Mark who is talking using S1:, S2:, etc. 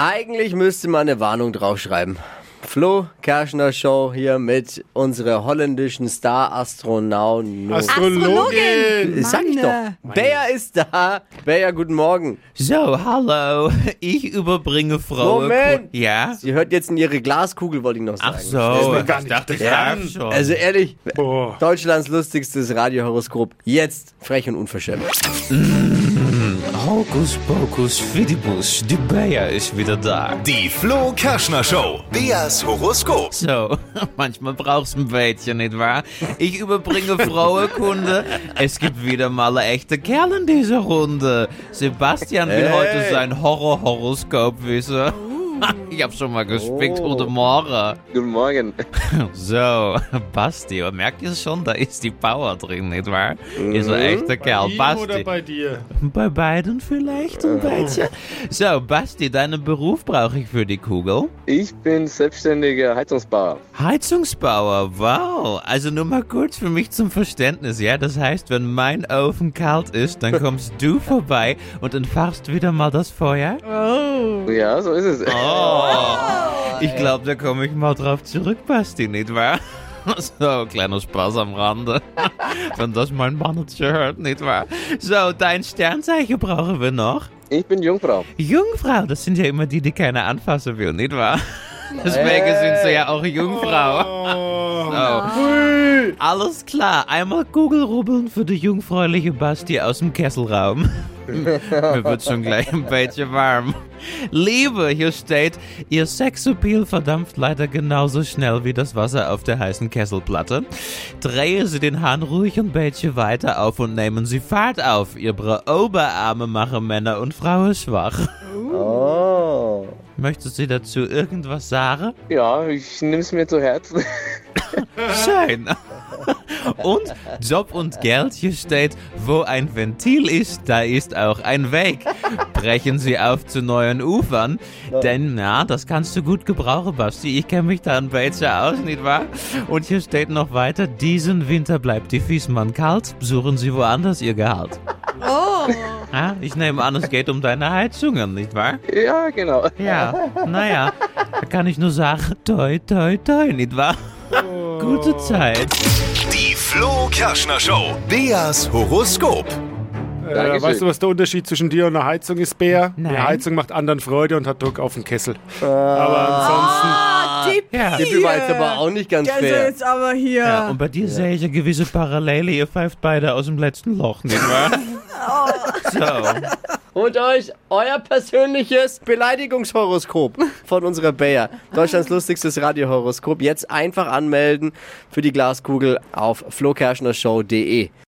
S1: Eigentlich müsste man eine Warnung draufschreiben. Flo Kerschner Show hier mit unserer holländischen Star-Astronauten.
S2: Astrologin!
S1: Sag ich doch. Bea ist da. Bea, guten Morgen.
S3: So, hallo. Ich überbringe Frau.
S1: Moment.
S3: Ja?
S1: Sie hört jetzt in ihre Glaskugel, wollte ich noch sagen.
S3: Ach so.
S2: mir gar
S3: Ich
S2: nicht
S3: dachte, ich
S2: dran.
S3: darf schon.
S1: Also ehrlich,
S2: Oh.
S1: Deutschlands lustigstes Radiohoroskop. Jetzt frech und unverschämt.
S3: Hokus Pokus Fidibus, die Bayer ist wieder da.
S4: Die Flo Kerschner Show. Beas Horoskop.
S3: So, manchmal brauchst du ein Bädchen, nicht wahr? Ich überbringe frohe Kunde. Es gibt wieder mal einen echten Kerl in dieser Runde. Sebastian will
S1: Hey.
S3: heute sein Horror-Horoskop wissen. Ich hab schon mal gespickt,
S1: Oh.
S3: guten Morgen.
S5: Guten Morgen.
S3: So, Basti, merkt ihr schon, da ist die Power drin, nicht wahr? Ist ein echter Kerl,
S2: Ihm oder
S3: Basti.
S2: bei dir?
S3: Bei beiden vielleicht ein bisschen. So, Basti, deinen Beruf brauche ich für die Kugel.
S5: Ich bin selbstständiger Heizungsbauer.
S3: Heizungsbauer, wow. Also nur mal kurz für mich zum Verständnis, ja? Das heißt, wenn mein Ofen kalt ist, dann kommst du vorbei und entfachst wieder mal das Feuer?
S5: Ja, so ist es.
S3: Oh. Ich glaube, da komme ich mal drauf zurück, Basti, nicht wahr? So, kleiner Spaß am Rande. Wenn das mein Manager hört, nicht wahr? So, dein Sternzeichen brauchen wir noch.
S5: Ich bin Jungfrau.
S3: Jungfrau, das sind ja immer die, die keiner anfassen will, nicht wahr? Deswegen sind sie ja auch Jungfrau.
S2: Oh.
S3: So. Genau. Alles klar, einmal Kugelrubbeln für die jungfräuliche Basti aus dem Kesselraum. Mir wird schon gleich ein bisschen warm. Liebe, hier steht, ihr Sexappeal verdampft leider genauso schnell wie das Wasser auf der heißen Kesselplatte. Drehe Sie den Hahn ruhig ein bisschen weiter auf und nehmen Sie Fahrt auf. Ihre Oberarme machen Männer und Frauen schwach.
S1: Oh.
S3: Möchtest Sie dazu irgendwas sagen?
S5: Ja, ich nehme es mir zu Herzen.
S3: Schön. Und Job und Geld, hier steht, wo ein Ventil ist, da ist auch ein Weg. Brechen Sie auf zu neuen Ufern, denn na, das kannst du gut gebrauchen, Basti. Ich kenne mich da ein bisschen aus, nicht wahr? Und hier steht noch weiter, diesen Winter bleibt die Fiesmann kalt, suchen Sie woanders Ihr Gehalt. Oh. Ja, ich nehme an, es geht um deine Heizungen, nicht wahr?
S5: Ja, genau.
S3: Ja, naja, da kann ich nur sagen, toi, toi, toi, nicht wahr? Gute Zeit.
S4: Die Flo Kerschner Show. Beas Horoskop.
S2: Äh,
S5: Dankeschön.
S2: weißt du, was der Unterschied zwischen dir und einer Heizung ist, Bea? Die
S3: Nein.
S2: Heizung macht anderen Freude und hat Druck auf den Kessel. Aber ansonsten.
S6: Tipp
S3: Ja.
S1: Tipp war jetzt aber auch nicht ganz
S6: der ist
S1: fair.
S6: jetzt aber hier.
S3: Ja, und bei dir sehe ich eine gewisse Parallele. Ihr pfeift beide aus dem letzten Loch, nicht wahr? So,
S1: Holt euch euer persönliches Beleidigungshoroskop von unserer Bayer. Deutschlands lustigstes Radiohoroskop. Jetzt einfach anmelden für die Glaskugel auf flokerschnershow.de.